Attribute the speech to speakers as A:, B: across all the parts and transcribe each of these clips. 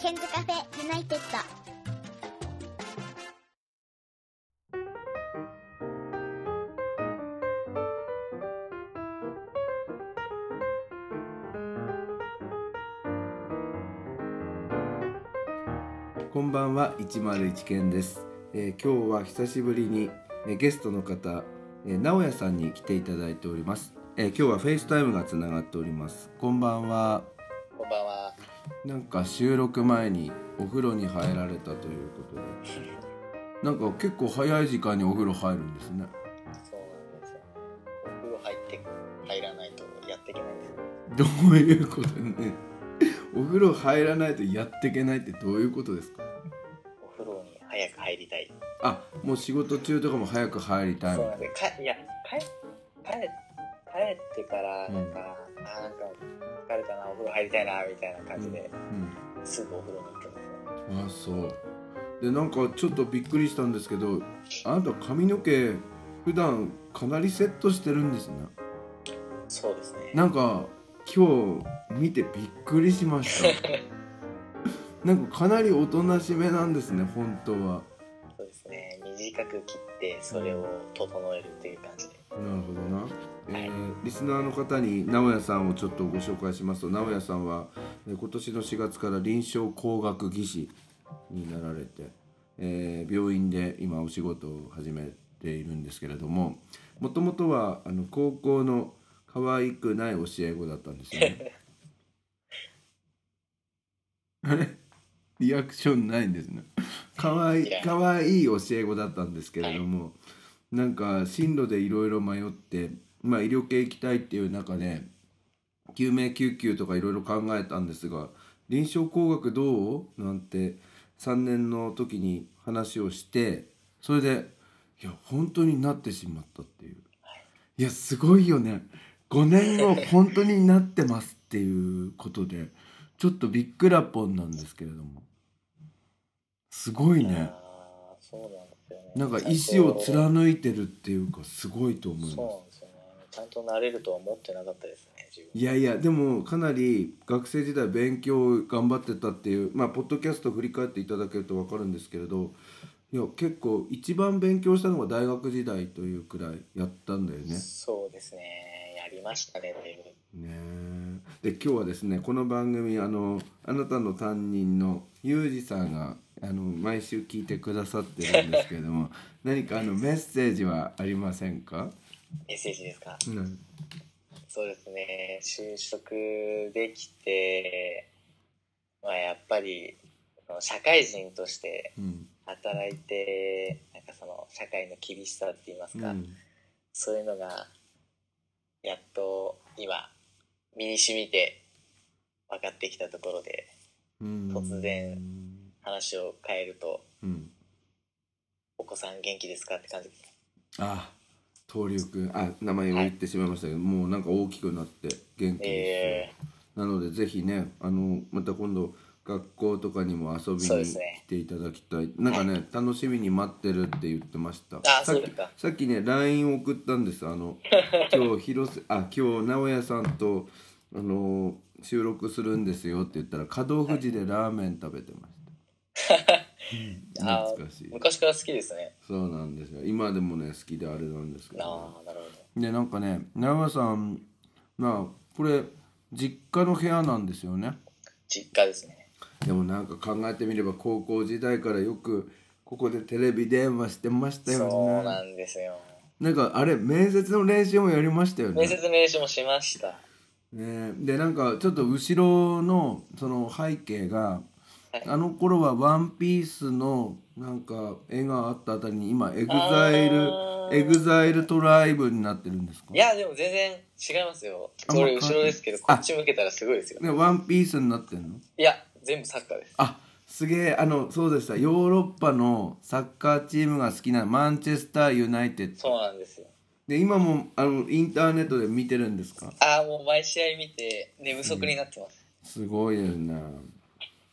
A: ケンズカフェユナイテッド。
B: こんばんは101健です、えー今日は久しぶりに、えーゲストの方、えー、直哉さんに来ていただいております、えー今日はフェイスタイムがつながっておりますこんばんは
C: こんばんは。
B: なんか収録前にお風呂に入られたということでなんか結構早い時間にお風呂入るんですね
C: そうなんですよ。お風呂入って入らないとやっていけないです。
B: どういうことねお風呂入らないとやっていけないってどういうことですか
C: お風呂に早く入りたい。
B: あもう仕事中とかも早く入りたい
C: そ
B: み
C: う
B: た
C: な
B: い
C: んです。かいや帰帰帰ってからなんか、あーなんか疲れたなお風呂入りたいなみたいな感じで
B: う、ん
C: すぐお風呂に行くんですよ。
B: あそうでなんかちょっとびっくりしたんですけどあなた髪の毛普段かなりセットしてるんですね
C: そうですね。
B: なんか今日見てびっくりしましたなんかかなりおとなしめなんですね本当は
C: そうですね。短く切ってそれを整えるっていう感じで。
B: なるほどな、えーリスナーの方に直哉さんをちょっとご紹介しますと直哉さんはえー今年の4月から臨床工学技師になられて、えー病院で今お仕事を始めているんですけれどももともとはあの高校の可愛くない教え子だったんですよね。あれリアクションないんですね。可愛い
C: いや
B: 可愛い教え子だったんですけれども、なんか進路でいろいろ迷って、まあ、医療系行きたいっていう中で救命救急とかいろいろ考えたんですが臨床工学どうなんて3年の時に話をしてそれでいや本当になってしまったっていういやすごいよね5年後本当になってますっていうことでちょっとびっくらぽんなんですけれどもすごいね
C: ああそうなんですよね。
B: なんか意思を
C: ちゃん
B: 貫いてるっていうかすごいと思
C: と
B: い
C: そう
B: ま
C: なんですよね。ちゃんとなれるとは思ってなかったですね自分
B: す。いやいやでもかなり学生時代勉強を頑張ってたっていうまあポッドキャスト振り返っていただけると分かるんですけれどいや結構一番勉強したのが大学時代というくらいやったんだよね。
C: そうですね。やりましたね、だいぶ。
B: ねえで今日はですねこの番組あのあなたの担任のユージさんがあの毎週聞いてくださってるんですけれども 何かあのメッセージはありませんか、
C: メッセージですか。
B: うん
C: そうですね。就職できて、まあやっぱり、その社会人として
B: うん
C: 働いて、なんかその社会の厳しさって言います
B: う
C: か、
B: ん
C: そういうのが、やっと今、身に染みて分かってきたところで、
B: うん
C: 突然話を変えると、
B: うん、
C: お子さん元気ですかって感じです。
B: あ登録あ名前を言ってしまいましたけど、もうなんか大きくなって元気ですよ、
C: え
B: なのでぜひねあのまた今度学校とかにも遊びに
C: そうで
B: 来
C: すね
B: ていただきたい、なんかね楽しみに待ってるって言ってました
C: あ
B: さっ
C: そうで
B: き
C: すか
B: さっきね LINE 送ったんですあ の今日広瀬あ今日直哉さんとあの収録するんですよって言ったら可動富士でラーメン食べてました、
C: あー
B: 懐かし
C: ー
B: い
C: 昔から好きですね。
B: そうなんですよ今でもね好きであれなんですけど、
C: ああ、なるほど。
B: でなんかね長屋さんまあこれ実家の部屋なんですよね
C: 実家ですね。
B: でもなんか考えてみれば高校時代からよくここでテレビ電話してましたよね
C: そうなんですよ。
B: なんかあれ面接の練習もやりましたよね
C: 面接名刺もしました。
B: ねでなんかちょっと後ろのその背景が
C: はい
B: あの頃は「ワンピースのなんか絵があったあたりに今エグザイル
C: あー
B: エグザイルトライブになってるんですか
C: いや、でも全然違いますよ。
B: あ
C: これ
B: まあ
C: 後ろですけど、こ
B: あ
C: っち向けたらすごいですよ。
B: ねワンピースになってんの
C: いや、全部サッカーです。
B: あすげえあのそうでしたヨーロッパのサッカーチームが好きなマンチェスターユナイテッド
C: そうなんですよ。
B: で今もあのインターネットで見てるんですか
C: ああ、もう毎試合見て、寝不足になってます。
B: すごいですね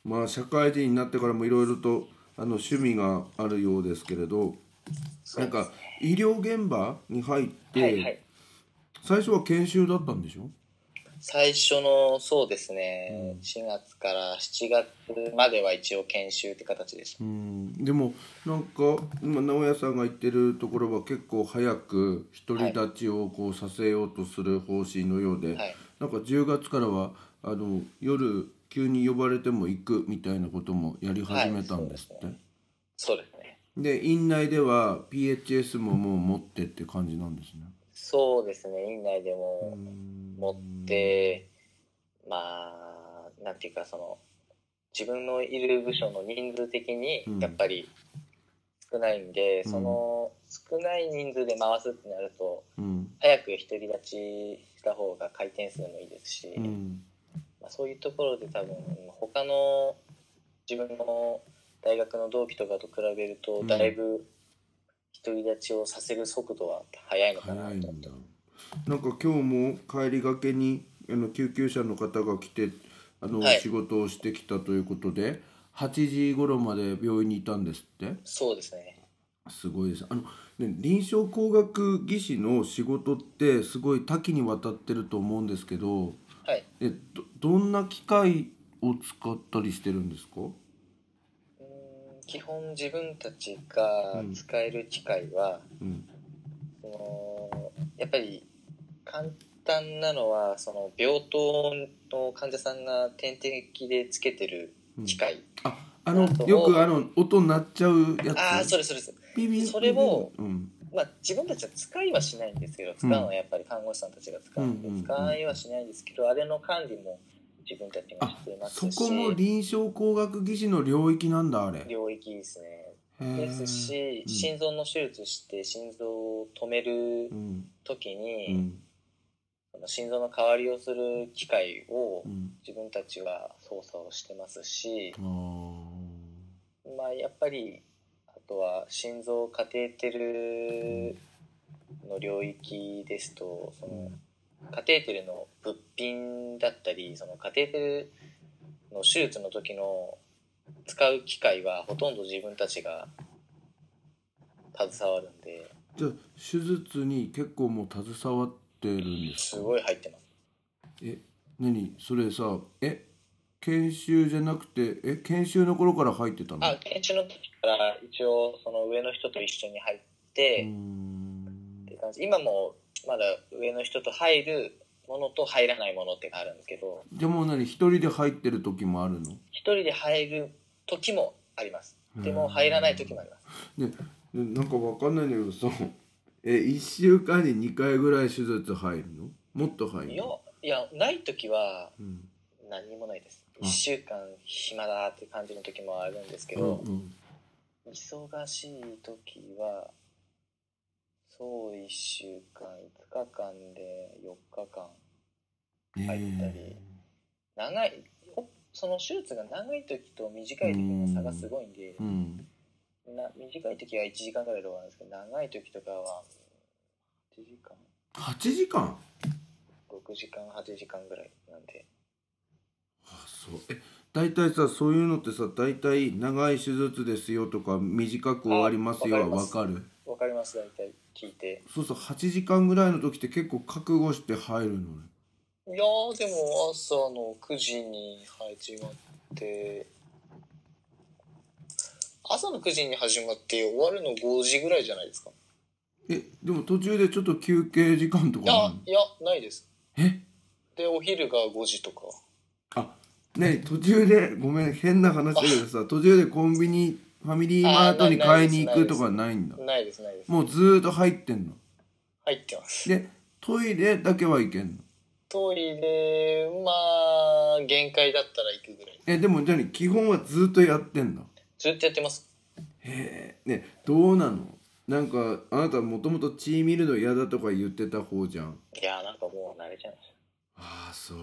B: まあ社会人になってからもいろいろとあの趣味があるようですけれどなんか医療現場に入って、
C: はいはい。
B: 最初は研修だったんでしょ
C: 最初の、そうですね、
B: うん
C: 4月から7月までは一応研修って形でした。
B: うんでもなんか今直哉さんが言ってるところは結構早く独り立ちをこうさせようとする方針のようで、
C: はい。
B: なんか10月からはあの夜急に呼ばれても行くみたいなこともやり始めたんですって、
C: はそうですね。
B: で院内では PHS ももう持ってって感じなんですね
C: そうですね、院内でも、持って、まあ、なんていうか、その、自分のいる部署の人数的に
B: うん、
C: やっぱり少ないんで、
B: うん
C: その、少ない人数で回すってなると、
B: うん
C: 早く独り立ちした方が回転数もいいですし、
B: うん
C: まあ、そういうところで多分、他の自分の大学の同期とかと比べると
B: う、ん
C: だいぶ独り立ちをさせる速度は速いのかな
B: 早
C: と
B: い。んだなんか今日も帰りがけにあの救急車の方が来てあの、
C: はい
B: 仕事をしてきたということで8時頃まで病院にいたんですって
C: そうですね。
B: すごいですあの、ね、臨床工学技師の仕事ってすごい多岐にわたってると思うんですけど
C: はい。
B: えどどんな機械を使ったりしてるんですか
C: うーん基本自分たちが使える機械は、
B: うん
C: そのやっぱり簡単なのはその病棟の患者さんが点滴でつけてる
B: うん
C: 機械、
B: ああの
C: あと
B: よくあの音鳴っちゃうやつ
C: ああそうですそうです、
B: ピピ
C: それを
B: うん
C: まあ、自分たちは使いはしないんですけど使うのはやっぱり看護師さんたちが使うんで、
B: うんうんうん
C: 使いはしないんですけどあれの管理も自分たちがしていま
B: そ
C: すし
B: こも臨床工学技師の領域なんだあれ
C: 領域ですね
B: へー
C: ですし
B: うん
C: 心臓の手術して心臓を止める
B: うん
C: 時
B: う
C: に、
B: ん
C: あの心臓の代わりをする機械を
B: うん
C: 自分たちは操作をしてますし、
B: あ
C: まあ、やっぱりあとは心臓カテーテルの領域ですとそ
B: ー
C: のカテーテルの物品だったりそのカテーテルの手術の時の使う機械はほとんど自分たちが携わるんで
B: じゃあ手術に結構もう携わってるんです
C: す
B: か
C: ごい入ってます。
B: え何それさえ研修じゃなくてえ研修の頃から入ってたの
C: あ研修の時から一応その上の人と一緒に入って、
B: うーん
C: って感じ今もまだ上の人と入るものと入らないものってあるんですけど
B: じゃあもう何一人で入ってる時もあるの
C: 一人で入る時もありますでも入らない時もあります
B: でなんかわかんないんだけどさ え1週間に2回ぐらい手術入るのもっと入るの
C: いやいやない時は
B: うん
C: 何にもないです
B: あ
C: 1週間暇だって感じの時もあるんですけ
B: うん
C: ど
B: うん
C: 忙しい時はそう1週間5日間で4日間入ったり
B: ね
C: 長いおその手術が長い時と短い時の差がすごいんで
B: えうん
C: な短い時は1時間ぐらいで終わるんですけど長い時とかは8時間
B: 8時間
C: 6時間8時間ぐらいなんで
B: あそうえ大体さそういうのってさ大体長い手術ですよとか短く終わりますよは
C: あわ
B: わ
C: か
B: かる
C: わかります大体聞いて
B: そうそう8時間ぐらいの時って結構覚悟して入るのね
C: いやーでも朝の9時に始まって朝の9時に始まって終わるの5時ぐらいじゃないですか
B: えでも途中でちょっと休憩時間と
C: い
B: か
C: や
B: もあるの
C: いやないです
B: え
C: でお昼が5時とか
B: あね途中でごめん変な話だけどさ途中でコンビニファミリーマートに
C: あなな
B: 買
C: い
B: い
C: です
B: に行くとかないんだ
C: ないですないです
B: もうずーっと入ってんの
C: 入ってます
B: でトイレだけは行けんの
C: トイレまあ限界だったら行くぐらい
B: えでもじゃあね基本はずーっとやってんだ
C: ずっとやってます
B: へえねどうなのなんかあなたもともと血見るの嫌だとか言ってた方じゃん
C: いやーなんかもう慣れちゃいまし
B: ああそう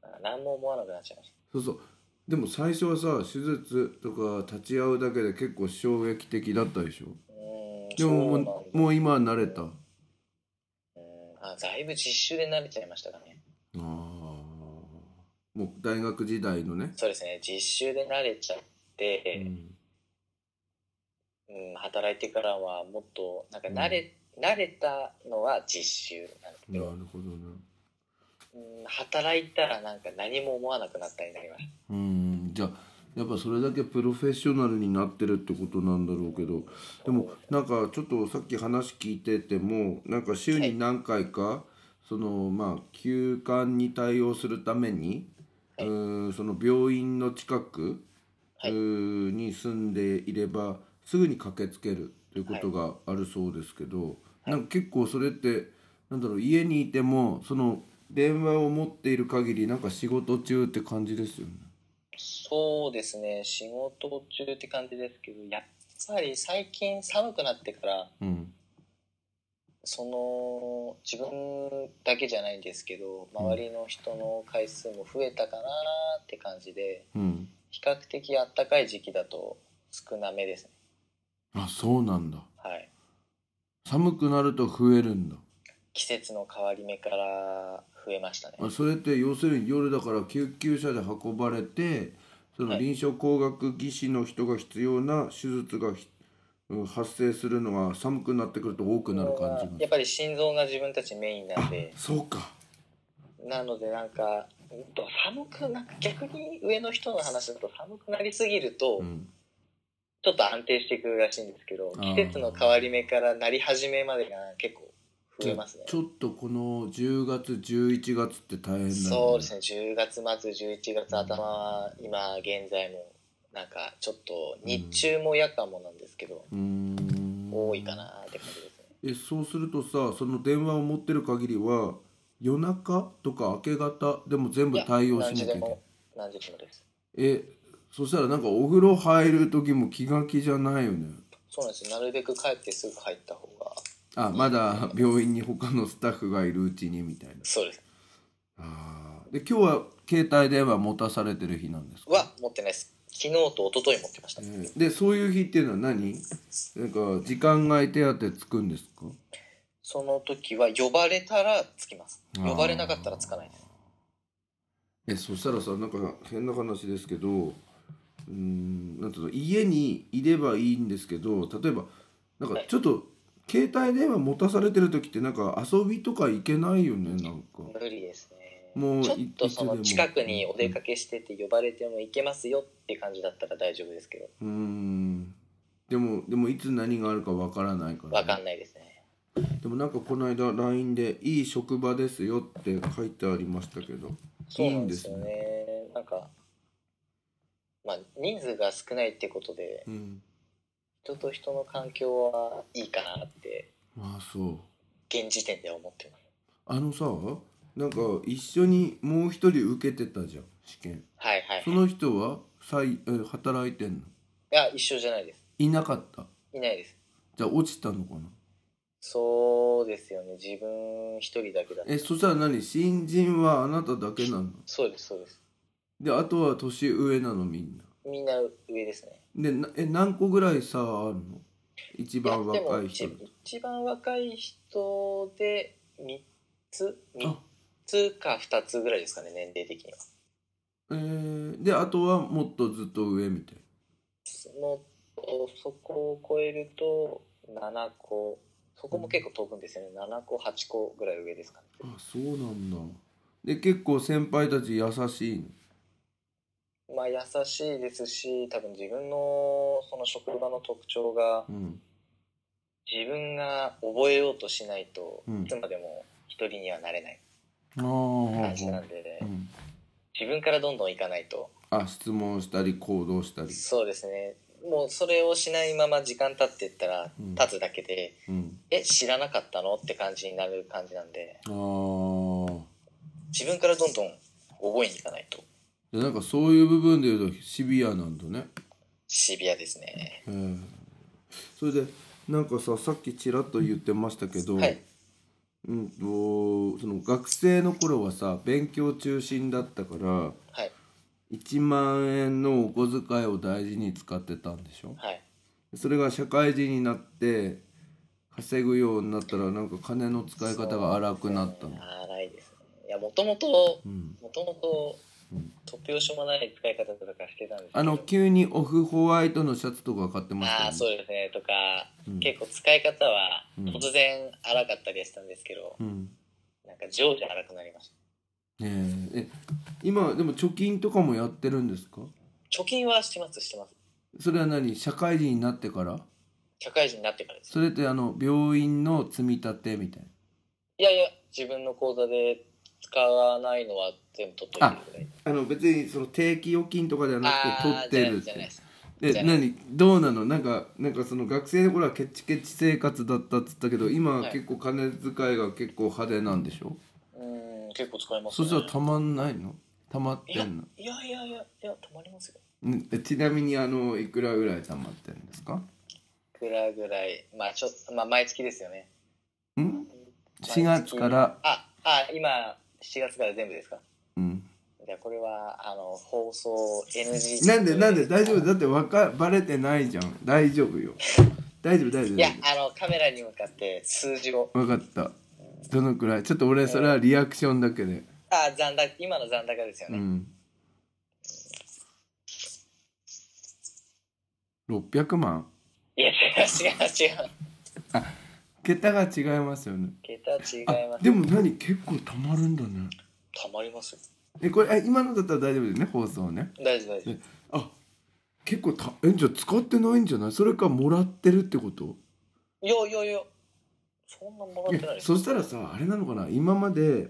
C: たなんか何も思わなくなっちゃいまし
B: そうそうでも最初はさ手術とか立ち会うだけで結構衝撃的だったでしょ
C: たうーん
B: でも
C: そうな
B: も
C: んだ
B: うもう今は慣れたあ
C: うーんあだいぶ実習で慣れちゃいましたかね
B: あもう大学時代のね、
C: そうですね実習で慣れちゃっ
B: う
C: て、
B: ん
C: うん働いてからはもっとなんか慣れ、慣れたのは実習なんです
B: な
C: け
B: る
C: ど、
B: ほどね
C: うん働いたらなんか何も思わなくなったりなりました
B: うんじゃあやっぱそれだけプロフェッショナルになってるってことなんだろうけどでもなんかちょっとさっき話聞いててもなんか週に何回か、そのまあ休館に対応するために、
C: はいう
B: ーんその病院の近く、
C: はいう
B: ーに住んでいればすぐに駆けつけるということがあるそうですけど、なんか結構それってなんだろう家にいてもその電話を持っている限りなんか仕事中って感じですよね。
C: そうですね仕事中って感じですけどやっぱり最近寒くなってから
B: うん
C: その自分だけじゃないんですけど
B: ん
C: 周りの人の回数も増えたかなって感じで
B: うん、
C: 比較的あったかい時期だと少なめですね
B: あそうなんだ
C: はい
B: 寒くなると増えるんだ
C: 季節の変わり目から増えましたね
B: あそれって要するに夜だから救急車で運ばれてその
C: はい
B: 臨床工学技師の人が必要な手術がひ、うん発生するのが寒くなってくると多くなる感じなん
C: や
B: で
C: っぱり心臓が自分たちメインなんで
B: そうか
C: なのでなんかうんと寒くなんか逆に上の人の話だと寒くなりすぎると、
B: うん
C: ちょっと安定してくるらしいんですけど
B: あー
C: 季節の変わり目からなり始めまでが結構増
B: じ
C: え
B: ゃあ
C: ますね
B: ちょっとこの10月11月って大変だ、ね、
C: そうですね10月末11月頭は今現在もなんかちょっと日中も夜間もなんですけど、
B: うーん
C: 多いかなって感じですね
B: えそうするとさその電話を持ってる限りは夜中とか明け方でも全
C: い
B: 部
C: や
B: 対応しなきゃいけ
C: 何時で
B: ない
C: も何時でもです
B: えそしたらなんかお風呂入る時も気が気じゃないよね
C: そうなんですなるべく帰ってすぐ入った方が
B: あまだ病院に他のスタッフがいるうちにみたいな
C: そうです
B: あーで今日は携帯電話持たされてる日なんですか
C: は持ってないです昨日と一昨日持ってました、
B: えーでそういう日っていうのは何なんか時間外手当つくんですか
C: その時は呼ばれたらつきます
B: あー
C: 呼ばれなかったらつかないです
B: えそしたらさなんか変な話ですけどうーんなんていうの家にいればいいんですけど例えばなんか
C: はい
B: ちょっと携帯電話持たされてる時ってなんか遊びとか行けないよねなんか。
C: 無理ですね
B: もう
C: ちょっと
B: い
C: その
B: いつでも
C: 近くにお出かけしてて呼ばれても行けますよって感じだったら大丈夫ですけど
B: うーんでもでもいつ何があるかわからないから、
C: わかんないですね
B: でもなんかこの間 LINE で「いい職場ですよ」って書いてありましたけど
C: そうなんですよねなんかまあ人数が少ないってことで
B: うん
C: 人と人の環境はいいかなって
B: まあそう
C: 現時点では思ってます
B: あのさなんか一緒にもう一人受けてたじゃん試験
C: はいはい
B: そ
C: はい
B: の人はさいえ働いてんの
C: いや一緒じゃないです
B: いなかった
C: いないです
B: じゃあ落ちたのかな
C: そうですよね自分一人だけだと
B: えそしたら何新人はあなただけなの
C: そうですそうです
B: であとは年上なのみんな
C: みんな上ですね
B: でなえ何個ぐらい差あるの一
C: いや
B: 番若い人
C: でも一一番若い人で3つ3
B: あ
C: つか2つぐらいですかね年齢的には
B: えー、であとはもっとずっと上みたい
C: そのそこを超えると7個そこも結構飛ぶんですよね7個8個ぐらい上ですかね
B: あそうなんだで結構先輩たち優しいの
C: まあ優しいですし多分自分のその職場の特徴が
B: うん
C: 自分が覚えようとしないと
B: うん
C: いつまでも一人にはなれない
B: あ
C: 感じな
B: ー
C: んで
B: うん
C: 自分からどんどん行かないと
B: あ質問したり行動したり
C: そうですねもうそれをしないまま時間経ってったら
B: うん
C: 経つだけで、
B: うん
C: え知らなかったのって感じになる感じなんで
B: あー
C: 自分からどんどん覚えに行かないと
B: でなんかそういう部分で言うとシビアなんだね
C: シビアですね
B: へーそれでなんかささっきちらっと言ってましたけど、
C: はい
B: うんとその学生の頃はさ勉強中心だったから
C: はい
B: 1万円のお小遣いを大事に使ってたんでしょ
C: はい
B: それが社会人になって稼ぐようになったらなんか金の使い方が荒くなったの
C: 荒いですねいやもともと
B: うん
C: もともと
B: うん
C: 突拍子もない使い方とかしてたんですけど
B: あの急にオフホワイトのシャツとか買ってました
C: あ
B: よ
C: あそうですねとか、
B: うん
C: 結構使い方は
B: うん
C: 突然荒かったりしたんですけど、
B: うん
C: なんか常時荒くなりまし
B: えええ今でも貯金とかもやってるんですか
C: 貯金はしてますしてます
B: それは何社会人になってから
C: 社会人になってからです
B: それってあの病院の積み立てみたいない
C: やいや自分の口座で使わないのは全部取っといてるぐらい
B: あの別にその定期預金とかじゃなく
C: あ
B: て
C: ー
B: 取ってるっ
C: じゃない
B: て
C: じゃじゃ
B: で
C: ない
B: 何どうなのなんかなんかその学生の頃はケチケチ生活だったっつったけど今
C: はい
B: 結構金遣いが結構派手なんでしょ、
C: ないですうーん結構使います
B: そ
C: ね
B: したらたまんないのたまってんの
C: いやいやいやいやたまりますよ
B: うんえちなみにあのいくらぐらいたまってるんですか
C: いくらぐらいまあちょっとまあ毎月ですよね
B: ん
C: 毎月
B: ?4 月から、
C: ああ今7月から全部ですか
B: うん、
C: じゃあこれはあの放送 NG
B: なんでなんで大丈夫だってわかバレてないじゃん大丈夫よ大丈夫大丈夫
C: いやあのカメラに向かって数字を
B: 分かったどのくらいちょっと俺それはリアクションだけで
C: あ残高今の残高ですよ
B: う
C: ね、
B: ん600万
C: いや違う違う違う
B: 桁が違いますよね
C: 桁違い
B: あ
C: ます
B: でも何結構たまるんだね
C: たまりますよ
B: えこれあ今のだったら大丈夫ですね放送ね
C: 大丈夫大丈夫
B: えあ結構たえじゃあ使ってないんじゃないそれかもらってるってこと
C: いやいやいやそんなもらってない
B: え
C: です
B: そしたらさあれなのかな今まで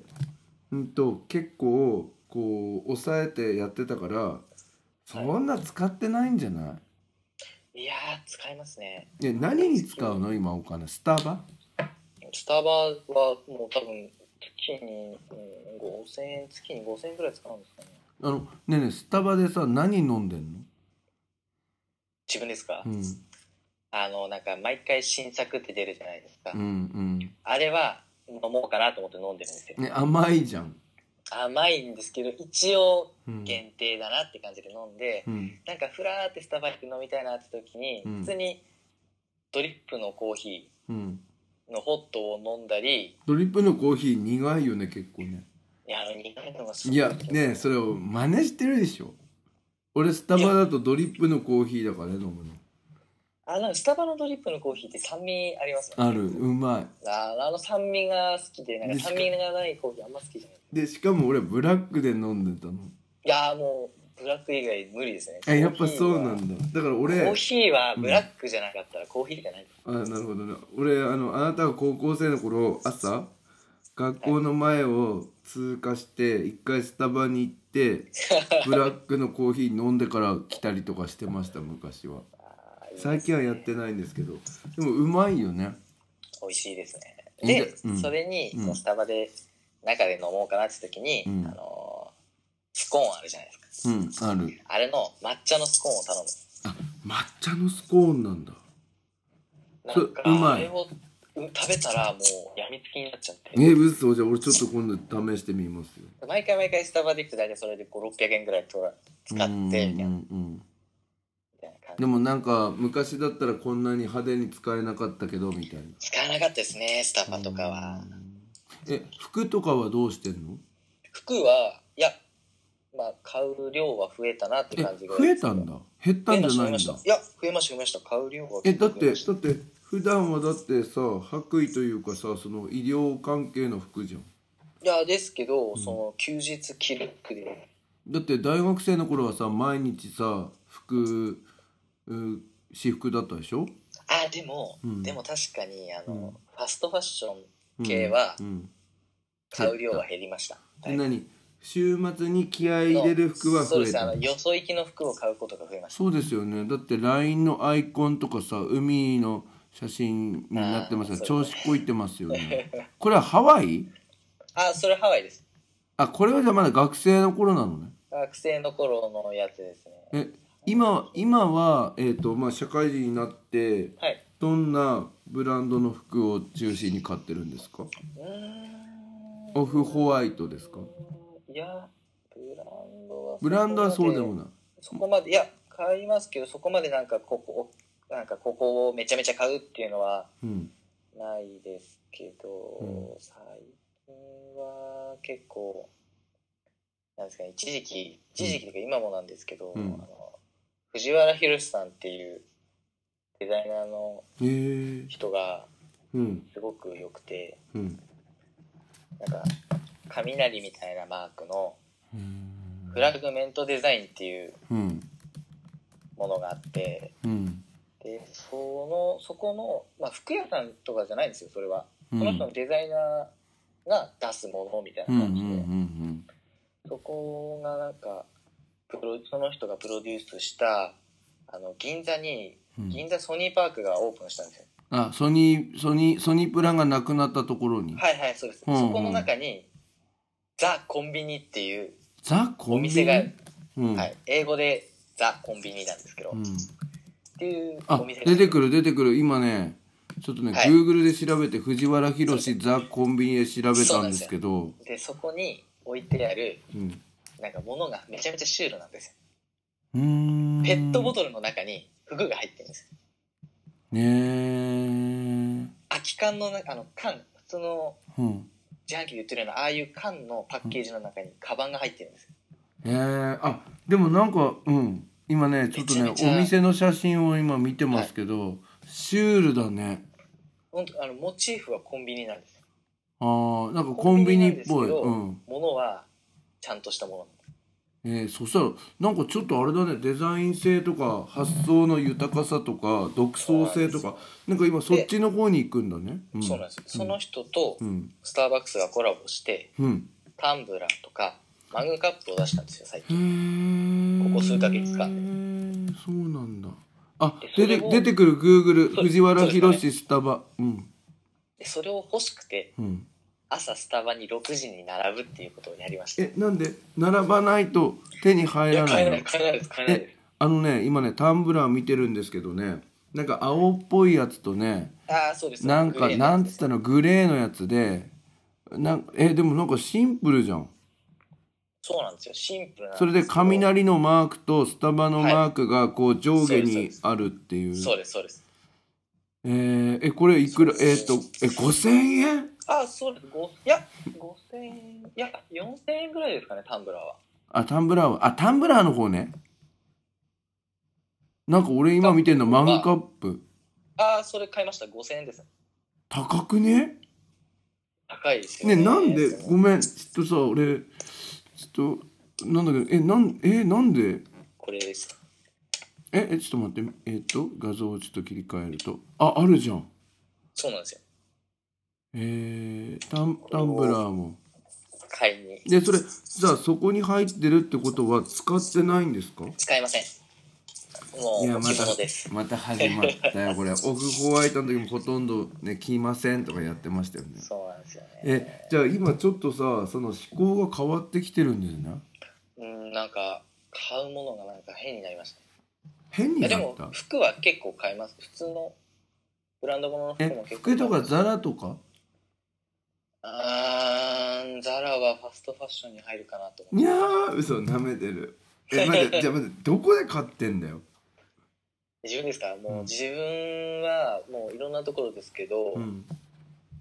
B: うんと結構こう抑えてやってたからそんな使ってないんじゃない、
C: いやー使いますね
B: え何に使うの今お金スタバ
C: スタバはもう多分月に、うん、5000円月に5000円ぐらい使うんですかね
B: あのねえねえスタバでさ何飲んでんの
C: 自分ですか、
B: うん
C: あのなんか毎回新作って出るじゃないですか、
B: うん
C: あれは飲もうかなと思って飲んでるんですよ
B: うんね甘いじゃん、
C: 甘いんですけど一応
B: うん
C: 限定だなって感じで飲んで、
B: うん、
C: なんかふらーってスタバ行って飲みたいなって時に、
B: うん
C: 普通にドリップのコーヒ
B: うん、
C: ーのホットを飲んだり
B: ドリップのコーヒー苦いよね結構ね
C: いやあの苦いのがすご
B: いやねえそれを真似してるでしょ俺スタバだとドリップのコーヒーだからね飲むの
C: あなんかスタバのドリップのコーヒーって酸味ありますよね
B: あるうまい
C: ああの酸味が好きでなんか酸味がないコーヒーあんま好きじゃない
B: でしかも俺ブラックで飲んでたの
C: いやーもうブラック以外無理ですね
B: えやっぱそうな
C: だ
B: んだだから
C: コ
B: 俺
C: ーヒーはブラックじゃなかったらコーヒーじゃない、
B: あなるほどね俺あのあなたが高校生の頃朝学校の前を通過して一回スタバに行 ってブラックのコーヒー飲んでから来たりとかしてました昔は
C: あーいいですね
B: 最近はやってないんですけどでもうまいよね
C: 美味しいですね
B: いいんだ
C: で、
B: うん
C: それに、
B: うん
C: そのスタバで中で飲もうかなって時に、
B: うん
C: あのースコーンあるじゃないですか、
B: うんある
C: あれの抹茶のスコーンを頼む
B: 抹茶のスコーンなんだ
C: な
B: そ
C: んか
B: うまい
C: あれをう食べたらもうやみつきになっちゃって
B: え嘘じゃあ俺ちょっと今度試してみますよ
C: 毎回毎回スタバで行くと大体それで5600円ぐらいとら使ってみたいな
B: うんう
C: み
B: んうん
C: たいな感
B: で
C: じ
B: もなんか昔だったらこんなに派手に使えなかったけどみたいな
C: 使わなかったですねスタバとかは
B: え服とかはどうしてんの
C: 服はいやまあ買う量は増えたなって
B: え
C: 感じが
B: 増えたんだ減ったんじゃないんだ
C: いや増えました増えました買う量が
B: えだってだって普段はだってさ白衣というかさその医療関係の服じゃん
C: いやですけど、その休日着る服で
B: だって大学生の頃はさ毎日さ服う私服だったでしょ、
C: あでも、
B: うん
C: でも確かにあの、
B: うん
C: ファストファッション
B: うん
C: 系は
B: うん
C: 買う量は減りました、だいぶ
B: 何週末に気合い入れる服は
C: そ
B: 増
C: うで
B: え
C: すあ
B: た
C: のよそ行きの服を買うことが増えました
B: そうですよねだって LINE のアイコンとかさ海の写真になってますよ
C: あーそ
B: 調
C: うだね
B: 子こいてますよねこれはハワイ
C: あそれハワイです
B: あこれはじゃあまだ学生の頃なのね
C: 学生の頃のやつですね
B: え今今は、えーとまあ、社会人になって
C: はい
B: どんなブランドの服を中心に買ってるんですか
C: うーん
B: オフホワイトですか
C: いやブランドは
B: ブランドはそうでも
C: ない
B: ない
C: そこまでいや買いますけどそこまでなんかここなんかここをめちゃめちゃ買うっていうのは
B: うん
C: ないですけ
B: う
C: ど、最近は結構なんですかね一時期一時期というか今もなんですけど、
B: うん
C: あの藤原宏さんっていうデザイナーの
B: へえ
C: 人が
B: うん
C: すごく良くて
B: うん
C: なんか雷みたいなマークの
B: うん
C: フラグメントデザインっていう
B: うん
C: ものがあって
B: うん
C: でそのそこの、まあ、服屋さんとかじゃないんですよそれは、
B: うん
C: その人のデザイナーが出すものみたい
B: うん
C: な感じで、
B: うん
C: そこがなんかプロその人がプロデュースしたあの銀座に
B: うんうん
C: 銀座ソニーパークがオープンしたんですよ、
B: あソニーソニーソニープラがなくなったところに、
C: はいはいそうです、
B: うんうん
C: そこの中にザ・コンビニっていう
B: ザコ
C: お
B: ンビニ
C: 店が、
B: うん
C: はい、英語でザ・コンビニなんですけど、
B: う
C: っ
B: ん、
C: ていう
B: あ
C: お店が
B: 出てくる出てくる今ねちょっとね、
C: はい
B: Google で調べて藤原宏ザコンビニで調べたんですけど
C: でそこに置いてある
B: うん
C: なんか物がめちゃめちゃシュールなんですよ
B: うーん
C: ペットボ
B: ト
C: トルの中に服が入ってるんです
B: ルね
C: 空き缶の中あの缶普通の
B: えうん
C: 自販機で売ってるようなああいう缶のパッケージの中にカバンが入ってるんですよ
B: えー、あでもなんかうん今ねちょっとね
C: めちゃめちゃ
B: お店の写真を今見てますけど、シュールだね
C: 本当あのモチーフはコンビニなんです
B: あーなんかコンビニっぽい
C: コンビニ
B: う
C: なん
B: ん
C: 物はちゃんとしたもの
B: えー、そしたらなんかちょっとあれだねデザイン性とか発想の豊かさとか独創性とかなんか今そっちの方に行くんだね、うん、
C: そうなんですよ、その人と
B: うん
C: スターバックスがコラボして
B: うん
C: タンブラーとかマグカップを出したんですよ最近
B: へえ
C: ここ数ヶ月間
B: そうなんだあ
C: でそ
B: 出
C: れ
B: て
C: も
B: 出てくるグーグル
C: そう
B: 藤原
C: そうですよね
B: 宏スタバうん
C: でそれを欲しくて
B: うん
C: 朝スタバに6時に並ぶっていうことをやりましたい
B: えなんで並ばないと手に入
C: や
B: らな
C: 買
B: いの
C: えない買えないです買えないです
B: あのね今ねタンブラー見てるんですけどねなんか青っぽいやつとね
C: ああそうです
B: なん
C: グ
B: か
C: レー
B: なん
C: で
B: つっ
C: す
B: たのグレーのやつでなんえでもなんかシンプルじゃん
C: そうなんですよシンプルなんです
B: それで
C: けど
B: 雷のマークとスタバのマークがこう上下
C: そう
B: に
C: です
B: あるっていう、
C: そうですそうです
B: えーえこれいくら
C: そう
B: え
C: で
B: っ、
C: す
B: とえ5000円
C: ああそうですごいや5000円いや4000円ぐらいですかねタンブラーは
B: あタンブラーはあタンブラーの方ねなんか俺今見てんの
C: タ
B: マ
C: ン
B: グ
C: ブラー
B: カップ
C: ああそれ買いました5000円です
B: 高くね
C: 高いですよ
B: ね
C: ね
B: なんで
C: その
B: ごめんちょっとさ俺ちょっとなんだけどえなんえなんで
C: これです
B: ええちょっと待ってえっ、と画像をちょっと切り替えるとああるじゃん
C: そうなんですよ
B: えー、タンタンブラーも
C: 買いに
B: でそれじゃあそこに入ってるってことは使ってないんですか
C: 使いませんも
B: いうや
C: 持
B: ま
C: ち
B: た
C: 物です
B: また始まったよ これオフホワイトの時もほとんどね「着ません」とかやってましたよね
C: そうなんですよね
B: えじゃあ今ちょっとさその思考が変わってきてるんだよね
C: うんなんか買うものがなんか変になりました
B: 変に
C: い
B: な
C: や
B: っ
C: でも
B: た
C: 服は結構買います普通のブランド物の服
B: え
C: も結構
B: 服とかザラとか
C: あーザラはファストファッションに入るかなと思って
B: いやー嘘舐めてるえ待ってじゃあ待ってどこで買ってんだよ
C: 自分ですかもううん自分はもういろんなところですけど、
B: うん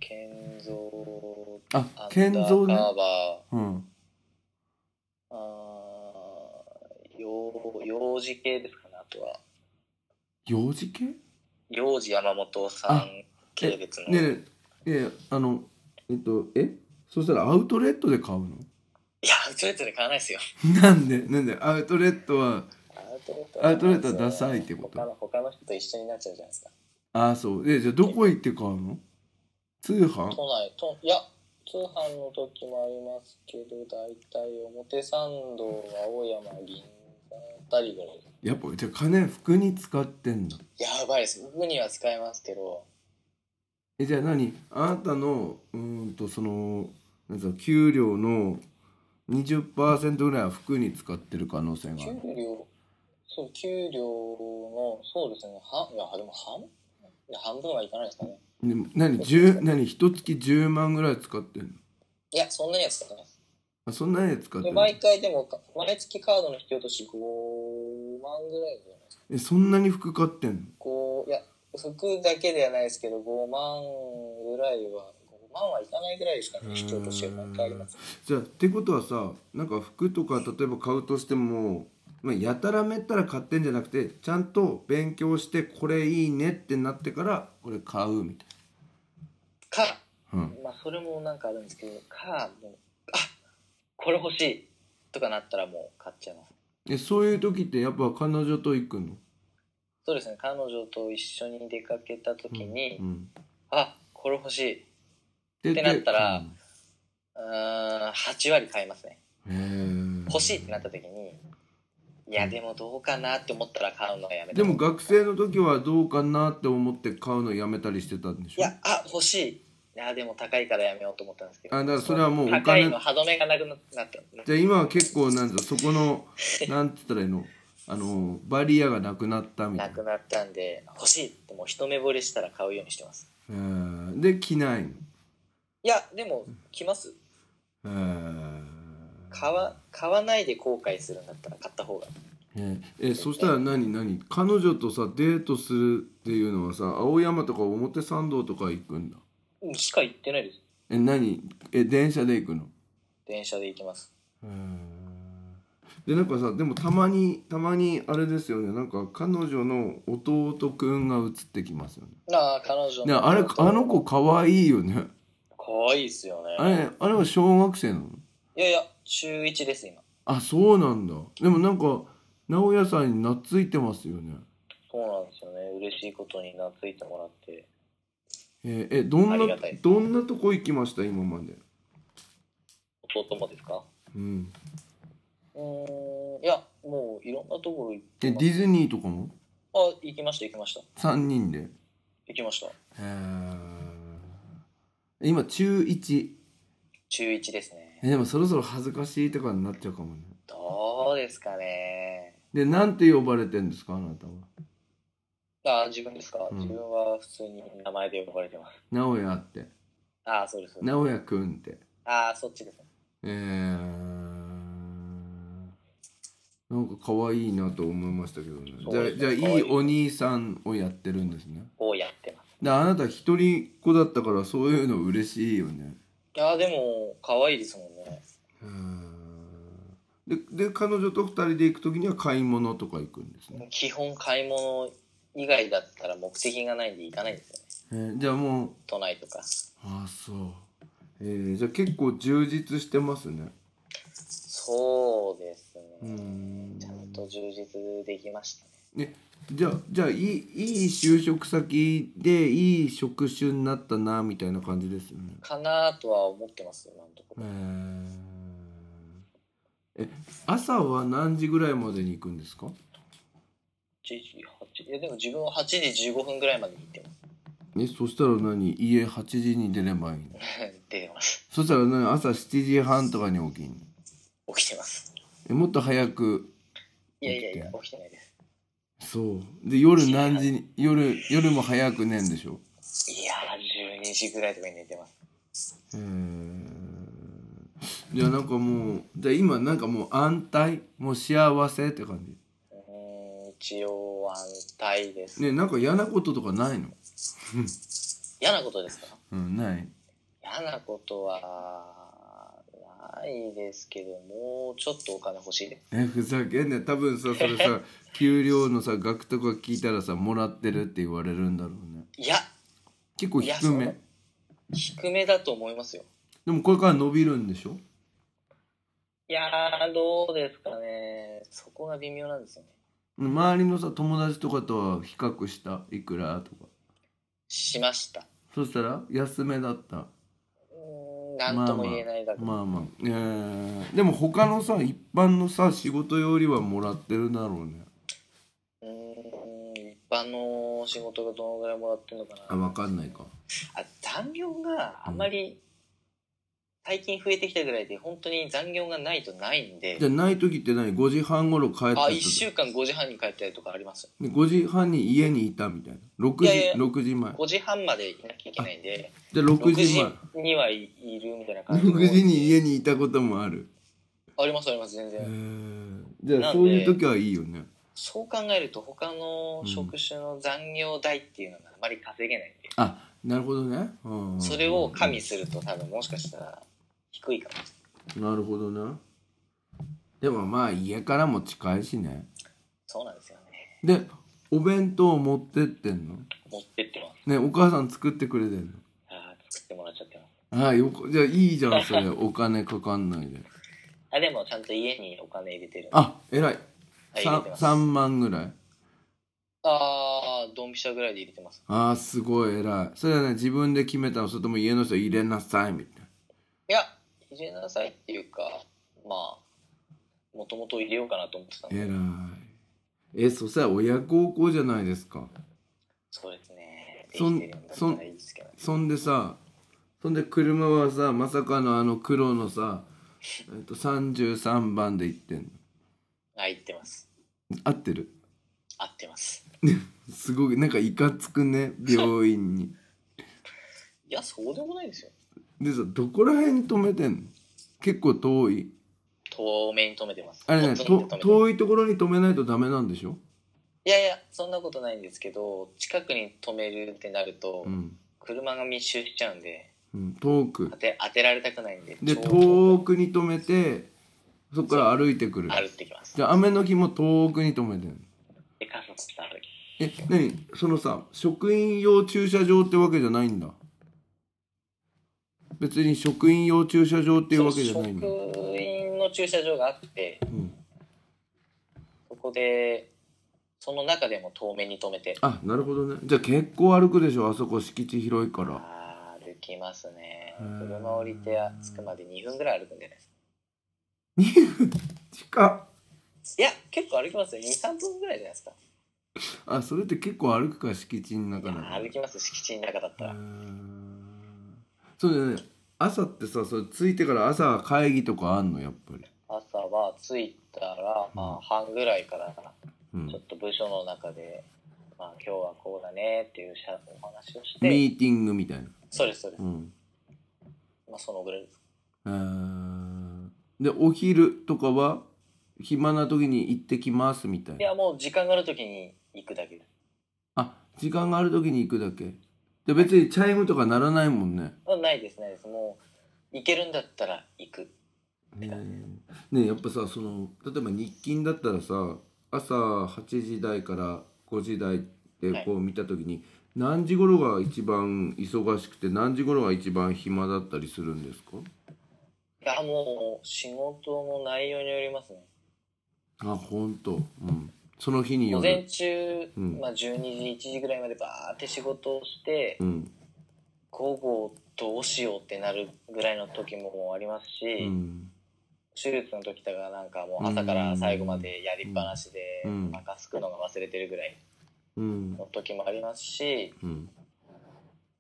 C: 建造
B: あ
C: ア
B: 建
C: ンダー
B: 造ね
C: カーバ
B: うん
C: ーあー幼幼児系ですかねあとは
B: 幼児系ね
C: 幼児山本さ
B: あ
C: ん系列の、
B: えねえいやあのえっとえそしたらアウトレットで買うの
C: いやアウトレットで買わないですよ
B: なんでなんでアウトレットは
C: アウトレット
B: アウトレットはダサいってこと
C: 他の他の人と一緒になっちゃうじゃないですか
B: ああそうえじゃあどこ行って買うの通販
C: 都内といや通販の時もありますけど大体表参道青山銀座あたりぐらいです
B: やっぱじゃあ金服に使ってんだ
C: やばいです僕には使えますけど
B: えじゃあ何あなたのうーんとそのなんつうの給料の20%ぐらいは服に使ってる可能性があ
C: 給
B: る
C: 料そう給料のそうですねはいやでも半いや半分はいかないですかね
B: でも何10何一月10万ぐらい使ってるの
C: いやそんなには使ってないです
B: あそんなに使って
C: で
B: るの
C: 毎回でもか毎月カードの引き落とし5万ぐらいじゃないですか
B: えそんなに服買ってんの
C: こういや服だけではないですけど5万ぐらいは5万はいかないぐらいですかね引き落としは毎回あります
B: じゃあってことはさなんか服とか例えば買うとしても、まあ、やたらめったら買ってんじゃなくてちゃんと勉強してこれいいねってなってからこれ買うみたい
C: か
B: な、うん、
C: まあそれもなんかあるんですけどかもうあこれ欲しいとかなったらもう買っちゃいます
B: えそういう時ってやっぱ彼女と行くの
C: そうですね彼女と一緒に出かけた時に、
B: うん
C: あこれ欲しい
B: で
C: ってなったら
B: で
C: うーん8割買いますね
B: うんへえ
C: 欲しいってなった時にいやでもどうかなって思ったら買うのはやめた
B: でも学生の時はどうかなって思って買うのやめたりしてたんでし
C: い
B: ょ
C: やあ欲しいいやでも高いからやめようと思ったんですけど
B: あだからそれはもうお金
C: 高いの歯止めがなくなった
B: じゃあ今は結構なんだそこのなんつったらいいのあのバリアがなくなったみた
C: ない
B: な
C: くなったんで欲しいってもう一目惚れしたら買うようにしてます
B: うんで着ないの
C: いやでも来ます
B: うん
C: 買わ買わないで後悔するんだったら買った方が
B: ねえそしたら何何彼女とさデートするっていうのはさ青山とか表参道とか行くんだ
C: うんしか行ってないです
B: え何え電車で行くの
C: 電車で行きます
B: でなんかさでもたまにたまにあれですよねなんか彼女の弟くんが映ってきますよね
C: ああ彼女
B: ねあれあの子
C: か
B: かわいいよね
C: わいいっすよ
B: あ
C: ね
B: れあれは小学生なの
C: いやいや中1です今
B: あそうなんだでもなんか直哉さんに懐いてますよね
C: そうなんですよね嬉しいことに懐いてもらって
B: えーえどん
C: あり
B: な
C: がたい
B: どんなとこ行きました今まで
C: 弟もですか
B: うん
C: うーんいやもういろんなところ行っ
B: え
C: て
B: デ
C: ます
B: ィズニーとかも
C: あ行きました行きました
B: 3人で
C: 行きました
B: 今中1
C: 中1ですね
B: えでもそろそろ恥ずかしいとかになっちゃうかもね
C: どうですかね
B: でなんて呼ばれてんですかあなたは
C: あ自分ですか、
B: うん
C: 自分は普通に名前で呼ばれてます
B: 直哉って
C: ああそうですそうです
B: 直哉くんって
C: ああそっちですね
B: えーなんか可愛いなと思いましたけどねじゃあじゃあいいお兄さんをやってるんですね
C: をやってます
B: であなた一人っ子だったからそういうの嬉しいよね
C: いやでも可愛いですもんね
B: でで彼女と二人で行く時には買い物とか行くんですね、
C: 基本買い物以外だったら目的がないんで行かないんですよね
B: えーじゃあもう
C: 都内とか
B: ああそうえー、じゃあ結構充実してますね
C: そうです
B: う
C: ね
B: ん
C: ちゃんと充実できましたね
B: じゃあじゃあいいいい就職先でいい職種になったなみたいな感じですよね
C: かなとは思ってます今のとこ
B: え
C: ろ
B: ーえ朝は何時ぐらいまでに行くんですか
C: 7時8いやでも自分は8時15分ぐらいまでに行ってます
B: えそしたら何家8時に出ればいいの
C: 出てます
B: そしたら何朝7時半とかに起きんの
C: 起きてます
B: えもっと早く
C: いやいやいや起きてないです
B: そうで夜何時に夜夜も早く寝んでしょ
C: いやー、12時ぐらいとかに寝てます。
B: えーじゃあなんかもうじゃあ今なんかもう安泰もう幸せって感
C: うーん、一応安泰です。
B: じねなんか嫌なこととかないの
C: 嫌なことですか
B: うんない
C: 嫌なことは、ないですけど、もうちょっとお金欲しいです。
B: えふざけんなよ多分さそれ さ給料のさ額とか聞いたらさもらってるって言われるんだろうね
C: いや、
B: 結構
C: いや
B: 低
C: そ
B: め
C: う低めだと思いますよ。
B: でもこれから伸びるんでしょ
C: いやー、どうですかね。そこが微妙なんですよね。
B: 周りのさ友達とかとは比較したいくらとか
C: しました。
B: そしたら安めだった
C: うーん、なんとも言えないだけど。
B: まあまあ、えー、でも他のさ一般のさ仕事よりはもらってるだろうね
C: うーん、一般の仕事がどのぐらいもらってるのかな。
B: あ分かんないか
C: あ残業があんまり最近増えてきたぐらいで本当に残業がないとないんで
B: じゃあない時って何5時半頃帰ってた
C: あ1週間5時半に帰ったりとかあります
B: で5時半に家にいたみたいな6時
C: いやいや
B: 6時前
C: 5時半までいなきゃいけないんで
B: じゃあ6
C: 6
B: 時
C: 時
B: 前
C: にはいいるみたいな感じ
B: 6時に家にいたこともある
C: ありますあります全
B: へ
C: 然、
B: ーじゃ
C: な
B: あそ
C: んで
B: ういう時はいいよね
C: そう考えると他の職種の残業代っていうのがあまり稼げないんで、
B: あなるほどね、うんうん
C: それを加味すると多分もしかしたら低いかも
B: なるほどねでもまあ家からも近いしね
C: そうなんですよね
B: でお弁当持ってってんの
C: 持ってってます
B: ねお母さん作ってくれてんの
C: あー作ってもらっちゃってま す
B: ああよかじゃあいいじゃんそれお金かかんないで
C: あでもちゃんと家にお金入れてるんで
B: あ偉い
C: はい入れ
B: 3
C: てます
B: 三万ぐらい
C: あードンピシャぐらいで入れてます
B: ああすごい偉いそれはね自分で決めたのそれとも家の人入れなさいみたいない
C: や入れなさいっていうかまあもともと入れようかなと思ってたんで
B: 偉いえそしたら親孝行じゃないですか
C: そうですねで
B: そん
C: きてるんだったらいいですけどね
B: そんでさそんで車はさまさかのあの黒のさ、えっと、33番で行ってんの
C: あ行ってます
B: 合ってる
C: 合ってます
B: すごいなんかいかつくね病院に
C: いやそうでもないですよ
B: でさどこら辺に止めてんの結構遠い
C: 遠目に止めてます
B: あれね
C: ポツ
B: と
C: ンって止めてます
B: 遠いところに止めないとダメなんでしょ
C: いやいやそんなことないんですけど近くに止めるってなると、
B: うん、
C: 車が密集しちゃうんで
B: うん、遠く
C: 当て当てられたくないんで
B: で
C: ちょう
B: 遠くに止めてそこから歩いてくる
C: ど歩いてきます
B: じゃあ雨の日も遠くに止めてんの
C: で傘さして歩き
B: え何そのさ職員用駐車場ってわけじゃないんだ別に職員用駐車場っていうわけじゃないんだ
C: そう職員の駐車場があって
B: うん、
C: そこでその中でも遠目に止めて
B: あなるほどねじゃあ結構歩くでしょあそこ敷地広いから
C: あー歩きますね
B: へー
C: 車降りて着くまで2分ぐらい歩くんじゃないですか
B: 近っ
C: いや結構歩きますよ23分ぐらいじゃないですか
B: あそれって結構歩くか敷地の
C: い
B: 中だ
C: や歩きます敷地の中だったら
B: そうだよね朝ってさそれ着いてから朝会議とかあんのやっぱり、
C: 朝は着いたら、まあ、半ぐらいから
B: うん
C: ちょっと部署の中で、まあ、今日はこうだねっていうしゃお話をして、
B: ミーティングみたいな
C: そうです、そうです。
B: うん
C: まあ、そのぐらいです。
B: えーでお昼とかは暇な時に行ってきますみたい
C: い
B: な
C: や、もう時間があるときに行くだけです。
B: あ時間がある時に行くだけで別にチャイムとか鳴らないもんね
C: まあないです、ないです。もう、行けるんだったら行く。
B: ねえねえやっぱさその例えば日勤だったらさ朝8時台から5時台でこう見た時に、何時頃が一番忙しくて何時頃が一番暇だったりするんですか
C: いや、もう、仕事の内容によりますね。
B: あ本当うんその日によ
C: 午
B: る
C: 前中、
B: うん
C: まあ、12時、1時ぐらいまでバーって仕事をして、
B: うん
C: 午後どうしようってなるぐらいの時もありますし、
B: うん
C: 手術の時とかなんかもう朝から最後までやりっぱなしで、
B: うん
C: お腹すくのが忘れてるぐらい
B: うん
C: の時もありますし、
B: うん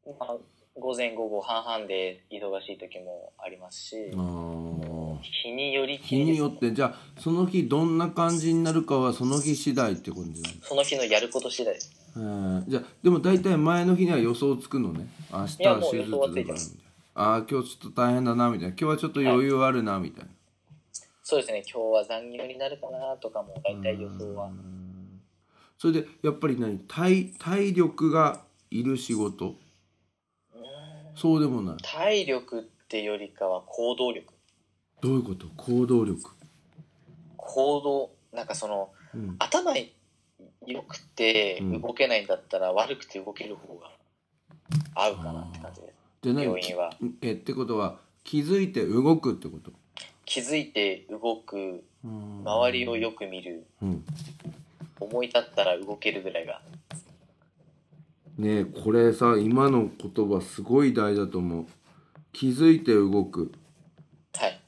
C: まあ、午前午後半々で忙しい時もありますし、
B: あー
C: 日によりき
B: 日
C: りで
B: に
C: すね
B: よってじゃあその日どんな感じになるかはその日次第ってことじゃない
C: その日のやること次第です
B: えーじゃあでも大体前の日には予想つくのね明日
C: いや
B: は
C: もう
B: 手術
C: 予想
B: だ
C: は
B: か
C: つ
B: らみた
C: いて
B: い
C: ま
B: な
C: す
B: ああ今日ちょっと大変だなみたいな今日はちょっと余裕あるなみたいな、
C: そうですね今日は残業になるかなとかも大体予想は
B: うんそれでやっぱり何体体力がいる仕事そうでもない
C: 体力ってよりかは行動力
B: どういうこと行動力
C: 行動なんかその
B: うん
C: 頭良くて
B: うん
C: 動けないんだったら悪くて動ける方が合うかなって感じです
B: じゃあ
C: 病
B: 何
C: 院は
B: えってことは気づいて動くってこと
C: 気づいて動く
B: うん
C: 周りをよく見る
B: うん
C: 思い立ったら動けるぐらいが
B: ねえこれさ今の言葉すごい大事だと思う気づいて動く
C: はい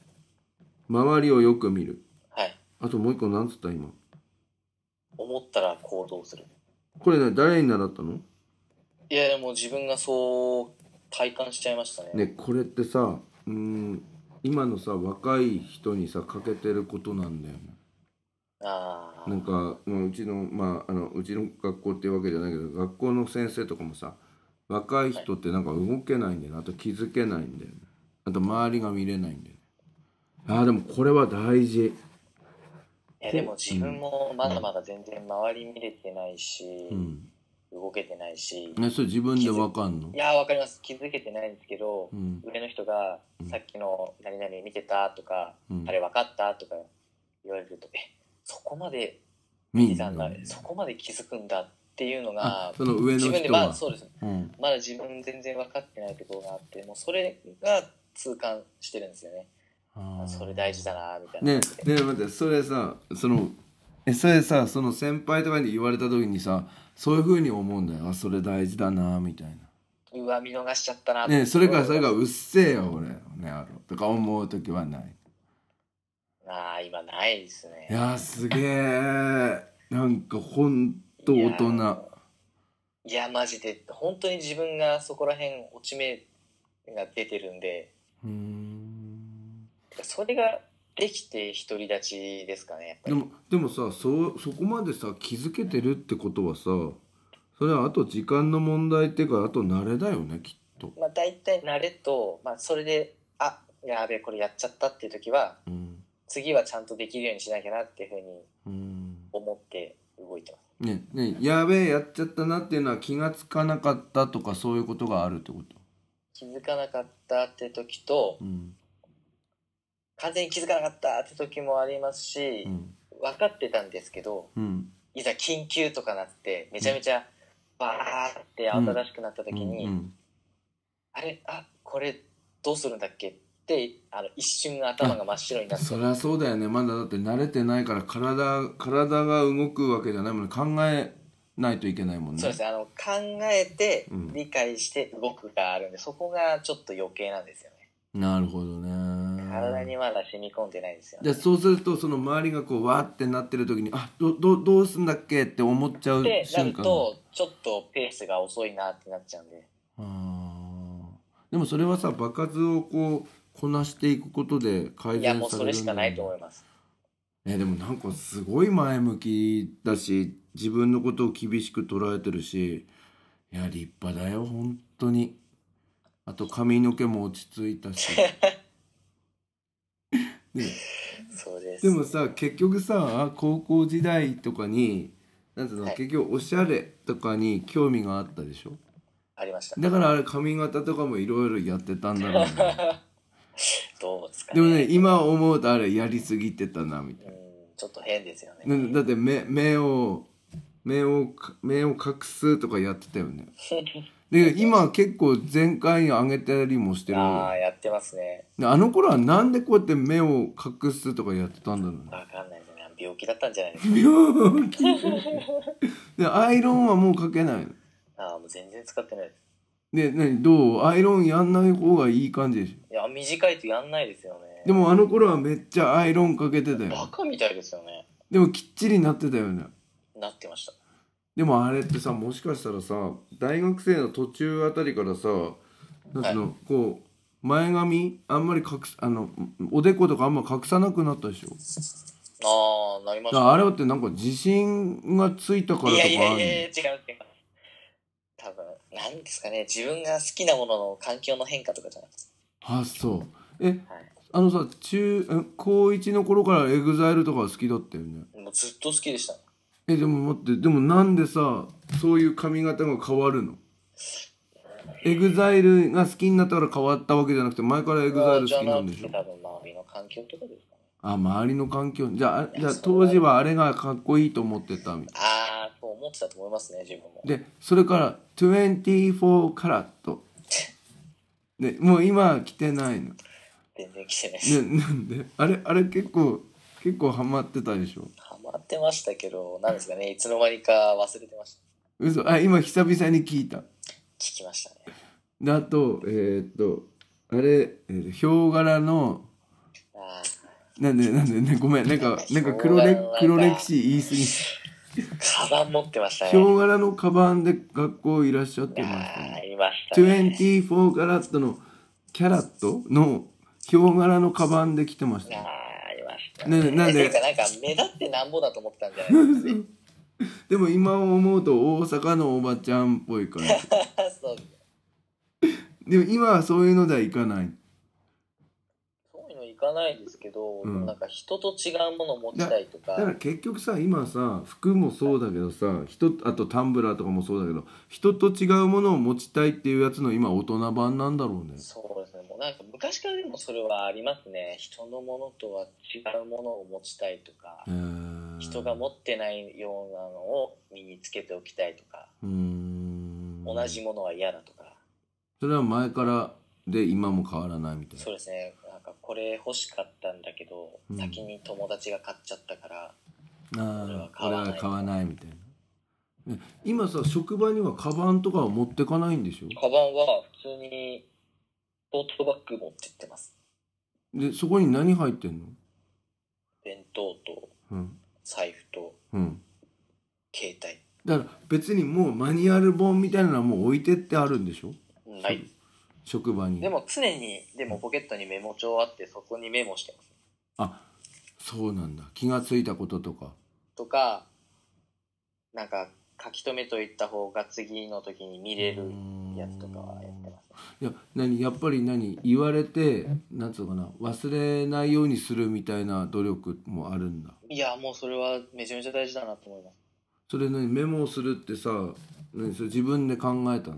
B: 周りをよく見る
C: はい
B: あともう一個なんつった今
C: 思ったら行動する
B: これ、ね、誰に習ったの
C: いやいやもう自分がそう体感しちゃいましたね
B: ねこれってさうーん今のさ若い人にさ欠けてることなんだよね
C: ああ
B: なんか、まあ、うちのまああのうちの学校っていうわけじゃないけど学校の先生とかもさ若い人ってなんか動けないんだよねあと気づけないんだよねあと周りが見れないんだよねあーでもこれは大事
C: いやでも自分もまだまだ全然周り見れてないし、
B: うん
C: 動けてないし、
B: ねそれ自分でわかんの
C: いやーわかります気づけてないんですけど、
B: うん
C: 上の人が「さっきの何々見てた?」とか「
B: うん
C: あれ分かった?」とか言われると「えそこまで
B: 見
C: 見て
B: る
C: たんだ、
B: の
C: そこまで気づくんだ」っていうの
B: あ
C: が
B: その上の
C: 自分で
B: 人
C: まあ
B: は
C: そうです
B: うん
C: まだ自分全然分かってないところがあってもうそれが痛感してるんですよねあそれ大事だなみたいな
B: ね
C: 感じで、
B: ね待ってそれさそのえそれさその先輩とかに言われた時にさそういうふうに思うんだよあそれ大事だなみたいな
C: うわ見逃しちゃったなって
B: ねそれからそれがうっせえよ俺ねあろとか思う時はない
C: ああ今ないですね
B: いやーすげえなんかほんと大
C: いや
B: 人
C: いやマジで本当に自分がそこら辺落ち目が出てるんで
B: うーん
C: それができて独り立ちですかねやっぱ
B: で
C: り
B: もでもさそうそこまでさ気づけてるってことはさそれはあと時間の問題っていうかあと慣れだよねきっと。
C: まあ大体慣れと、まあ、それであやべえこれやっちゃったっていう時は
B: うん
C: 次はちゃんとできるようにしなきゃなっていうふうに
B: うん
C: 思って動いてます
B: ねねやべえやっちゃったなっていうのは気がつかなかったとかそういうことがあるってこと、
C: 気づかなかったって時と
B: うん
C: 完全に気づかなかったって時もありますし
B: うん
C: 分かってたんですけど
B: うん
C: いざ緊急とかなってめちゃめちゃバーって慌ただしくなった時
B: う
C: に、
B: ん
C: あれあこれどうするんだっけってあの一瞬頭が真っ白に
B: う
C: なっ
B: ん、
C: て
B: そりゃそうだよねまだだって慣れてないから体体が動くわけじゃないもんね考えないといけないもんね
C: そうですねあの考えて
B: うん
C: 理解して動くがあるんで、そこがちょっと余計なんですよね
B: なるほどね
C: 体にまだ染み込んでないですよね
B: でそうするとその周りがこうわーってなってる時にあどどどうすんだっけって思っちゃう
C: でな
B: 瞬
C: る
B: 間
C: とちょっとペースが遅いなってなっちゃうんで
B: あーでもそれはさ爆発をこうこなしていくことで改善されるん
C: い
B: だ
C: や
B: よね
C: もうそれしかないと思います
B: ね、でもなんかすごい前向きだし自分のことを厳しく捉えてるしいや立派だよ本当にあと髪の毛も落ち着いたし、 ね、
C: そうです
B: でもさ結局さ高校時代とかになんつうの、
C: はい
B: 結局おしゃれとかに興味があったでしょ
C: ありました
B: だからあれ髪型とかもいろいろやってたんだろうね
C: どうですか
B: で
C: ね
B: もね今思うとあれやりすぎてたなみたいな
C: うんちょっと変ですよね
B: なんだって目目を目をか目を隠すとかやってたよ ねで今結構全開に上げたりもしてる
C: ああ
B: あ
C: やってますね
B: あの頃はなんでこうやって目を隠すとかやってたんだろうね
C: わかんないですね病気だったんじゃないですか
B: 病気でアイロンはもうかけないの
C: ああ、もう全然使ってないです。
B: で何どうアイロンやんない方がいい感じでし
C: いや、短いとやんないですよね。
B: ょでもあの頃はめっちゃアイロンかけてた
C: バ
B: よ
C: カみたいですよね。
B: でもきっちりなってたよね
C: なってました。
B: でもあれってさもしかしたらさ大学生の途中あたりからさなんていうの、こう前髪あんまり隠すあのおでことかあんま隠さなくなったでしょ
C: ああ、なり
B: だ
C: まし
B: か
C: た。
B: らあれってなんか自信がついたから
C: い
B: とか
C: や
B: あ
C: いやい
B: る
C: や、違う違う。多分、なんですかね、自分が好きなものの環境の変化とかじゃなくて。
B: あそうえ
C: はい。
B: あのさ中え高1の頃からエグザイルとかは好きだったよね
C: もうずっと好きでした。
B: えでも待ってでもなんでさそういう髪型が変わるのエグザイルが好きになったから変わったわけじゃなくて前からエグザイル好きなんでしょ
C: じゃなくて多分、周りの環境とかですかね。
B: あ周りの環境じゃああ
C: い
B: じゃ
C: や
B: あ
C: そう
B: 当時はあれがかっこいいと思ってたみたい
C: ああ、と思ってたと思いますね、自分も。
B: でそれから24カラットでもう今着てないの
C: 全然来てないです。
B: ねなんであれあれ結構結構ハマってたでしょ
C: ハマってましたけど、なんですかね、いつの間にか忘れてました。
B: 嘘あ今久々に聞いた
C: 聞きましたね。
B: であとえーっとあれヒョウ柄の
C: あ
B: なんでなんでねごめんなんかなんか黒
C: ヒョ
B: れ
C: ウ柄のなん
B: 黒
C: か
B: 歴史言い過ぎ
C: あ、カバン持ってましたね。
B: ヒョウ柄のカバンで学校いらっしゃってましたね
C: ああ、いましたね。
B: 24カラットのキャラットのヒョウ柄のカバンで来てましたよ
C: あーいました
B: ねなんで
C: ていうかなんか目立ってなんぼだと思ってたんじゃないです
B: でも今思うと大阪のおばちゃんっぽ い感じ
C: かそう
B: でも今はそういうのではいかない
C: そういうのいかないですけど、
B: うん
C: でもなんか人と違うものを持ちたいと
B: だか
C: から
B: 結局さ今さ服もそうだけどさ人あとタンブラーとかもそうだけど人と違うものを持ちたいっていうやつの今大人版なんだろうね
C: そうですねもうなんか昔からでもそれはありますね人のものとは違うものを持ちたいとか、
B: へー
C: 人が持ってないようなのを身につけておきたいとか、
B: うーん
C: 同じものは嫌だとか
B: それは前からで今も変わらないみたいな
C: そうですねなんかこれ欲しかったんだけど、
B: うん
C: 先に友達が買っちゃったから
B: ああ
C: 俺
B: 俺
C: は
B: は
C: 買
B: 買わないみたいなね今さ職場にはカバンとかは持ってかないんでしょ
C: カバンは普通にトートバッグ持ってってます
B: でそこに何入ってんの
C: 弁当と
B: うん
C: 財布と
B: うん
C: 携帯
B: だから別にもうマニュアル本みたいなのはもう置いてってあるんでしょ
C: ない
B: 職場に
C: でも常にでもポケットにメモ帳あってそこにメモしてます
B: あそうなんだ気がついたこととか
C: とかなんか書き留めといった方が次の時に見れるやつとかはやってますね
B: いや何やっぱり何言われてなんつうのかな忘れないようにするみたいな努力もあるんだ
C: いやもうそれはめちゃめちゃ大事だなと思います
B: それ何メモをするってさ何それ自分で考えたの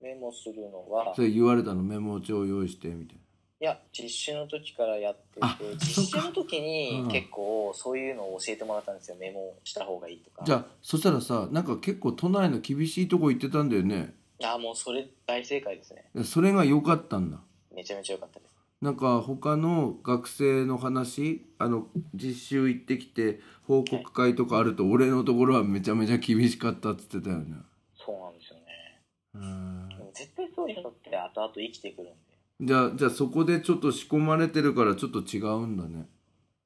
C: メモするのは
B: それ言われたのメモ帳用意してみたい
C: いや実習の時からやってて
B: あ
C: 実習の時
B: そっか
C: に
B: うん
C: 結構そういうのを教えてもらったんですよメモした方がいいとか
B: なじゃあそしたらさなんか結構都内の厳しいとこ行ってたんだよね
C: いやもうそれ大正解ですね
B: それが良かったんだ
C: めちゃめちゃ良かったです
B: なんか他の学生の話あの実習行ってきて報告会とかあると俺のところはめちゃめちゃ厳しかったっつってたよね
C: そうなんですよね
B: うん
C: でも絶対そういうのって後々生きてくるんで
B: じゃあじゃあそこでちょっと仕込まれてるからちょっと違うんだね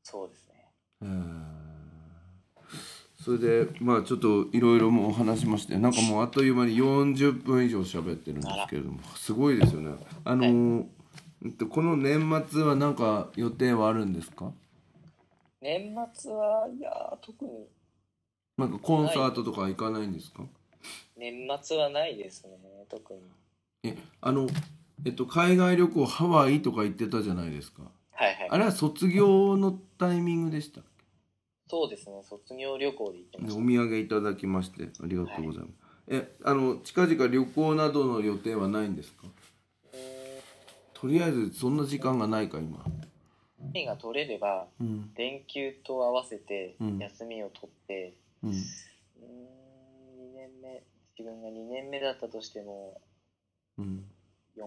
C: そうですね
B: うんそれでまあちょっといろいろもうお話しましてなんかもうあっという間に40分以上喋ってるんですけれどもすごいですよねあのーうんとこの年末はなんか予定はあるんですか
C: 年末はいや特に
B: なんかコンサートとか行かないんですか、
C: 年末はないですね特に
B: えあのえっと海外旅行ハワイとか行ってたじゃないですか
C: はいはい
B: あれは卒業のタイミングでしたっ
C: そうですね卒業旅行で行って
B: け
C: ま
B: でお
C: し
B: 土
C: た
B: 産いただきましてありがとうございます、えあの近々旅行などの予定はないんですか
C: え
B: とりあえずそんな時間がないか今
C: ー休みが取れれば
B: うん
C: 連休と合わせて
B: うん
C: 休みを取って
B: うん
C: うーん2年目自分が2年目だったとしても
B: うん
C: 4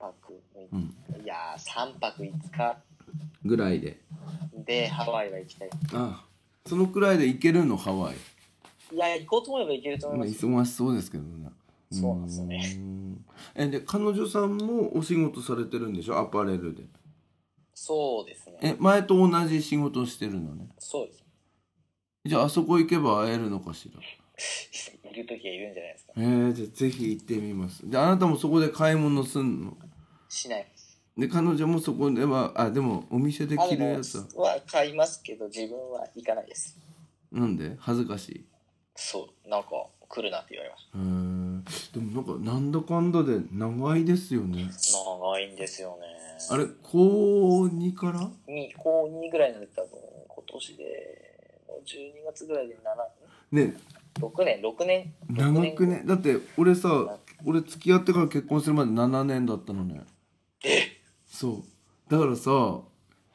C: 泊6
B: う
C: 日、
B: ん
C: いやー3泊5日
B: ぐらいで
C: でハワイは行きたい
B: ああそのくらいで行けるのハワイ
C: いや行こうと思えば行けると思い
B: まあ
C: ます
B: 忙しそうですけどね
C: そうなんですよね
B: うんえで彼女さんもお仕事されてるんでしょアパレルで
C: そうですね
B: え前と同じ仕事をしてるのね
C: そうで
B: じゃああそこ行けば会えるのかしら
C: す いる時はいるんじゃないですか
B: えー、じゃあぜひ行ってみますであなたもそこで買い物すんの
C: しない
B: で彼女もそこではあでもお店で
C: あ
B: 着るやつは
C: でもは買いますけど自分は行かないです
B: なんで恥ずかしい
C: そうなんか来るなって言われまし
B: へーでもなんかなんだかんだで長いですよね
C: た長いんですよね
B: あれ高2から
C: に高2ぐらいの時多分今年でもう12月ぐらいで
B: ね
C: 76年6年
B: 長くねだって俺さ俺付き合ってから結婚するまで7年だったのねそうだからさ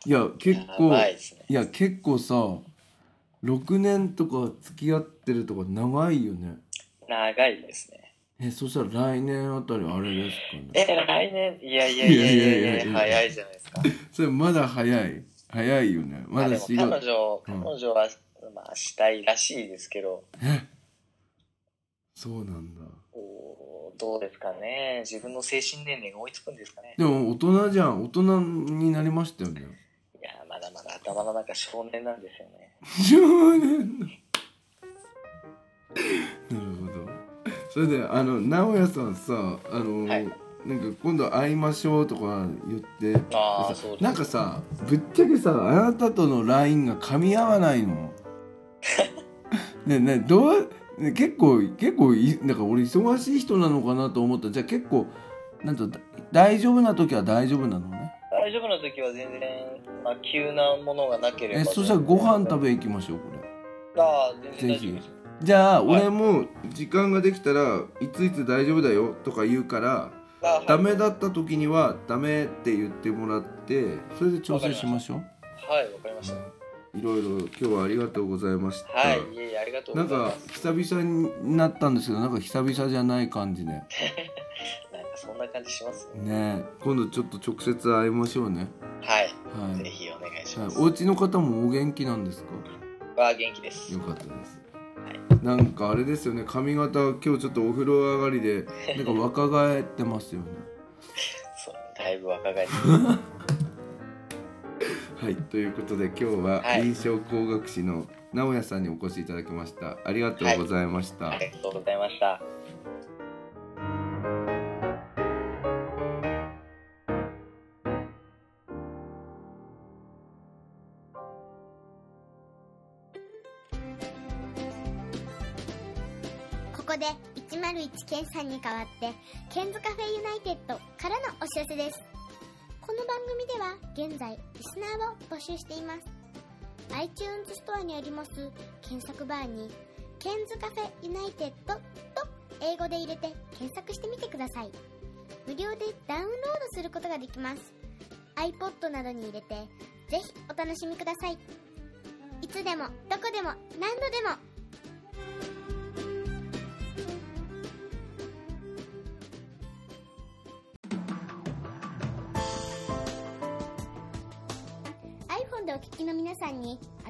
B: いや結
C: や
B: 構
C: ばいですね
B: いや結構さ6年とか付き合ってるとか長いよね
C: 長いですね
B: えそしたら来年あたりあれですかね
C: え来年いやいやいやいやいや
B: いやいやいやいや
C: 早いじゃないですか
B: それまだ早い早いよねま
C: あで
B: だ
C: も
B: 仕
C: 彼
B: 事
C: 女
B: うん
C: 彼女は、まあしたいらしいですけど
B: そうなんだ
C: おーどうですかね自分の精神年齢が追いつくんですかね
B: でも大人じゃん大人になりましたよ ね
C: いやーまだまだ頭の中少年なんですよね
B: 10年のなるほどそれであの直哉さんさあの、
C: はい
B: なんか今度会いましょうとか言って
C: あー
B: さ
C: そうです
B: なんかさぶっちゃけさあなたとの LINE が噛み合わない のねねどうね結構結構いなんか俺忙しい人なのかなと思ったじゃあ結構なんと大丈夫な時は大丈夫なのね
C: 大丈夫な時は全然、まあ、急なものがなければ
B: えそしたらご飯食べ行きましょうこれ。
C: べあー全然大丈夫
B: ぜ
C: で
B: ひ
C: す
B: じゃあ
C: はい
B: 俺も時間ができたらいついつ大丈夫だよとか言うから
C: あはい
B: ダメだった時にはダメって言ってもらってそれで調整しましょ
C: はいわかりました
B: ういろいろ今日はありがとうございました、
C: はい、いえいえありがとう
B: な
C: ご
B: ん
C: ざいま
B: か
C: す
B: 久々になったんですけどなんか久々じゃない感じで
C: なんかそんな感感じしますね。
B: ねえ今度ちょっと直接会いましょうね
C: はい、
B: はい、
C: ぜひお願いし
B: は
C: ま
B: い
C: す。、
B: お家の方もお元気なんですか
C: は元気です。
B: よかったですなんかあれですよね髪型今日ちょっとお風呂上がり でなんか若返ってますよね
C: そうだいぶ若返って
B: はいということで今日は
C: はい
B: 臨床工学士の直哉さんにお越しいただきましたありがとうございました、
C: ありがとうございました。
A: ここで101ケンさんに代わってケンズカフェユナイテッドからのお知らせですこの番組では現在リスナーを募集しています iTunes ストアにあります検索バーに「ケンズカフェユナイテッド」と英語で入れて検索してみてください無料でダウンロードすることができます iPod などに入れてぜひお楽しみくださいいつでもどこでも何度でもiPhone でお聞きの皆さんに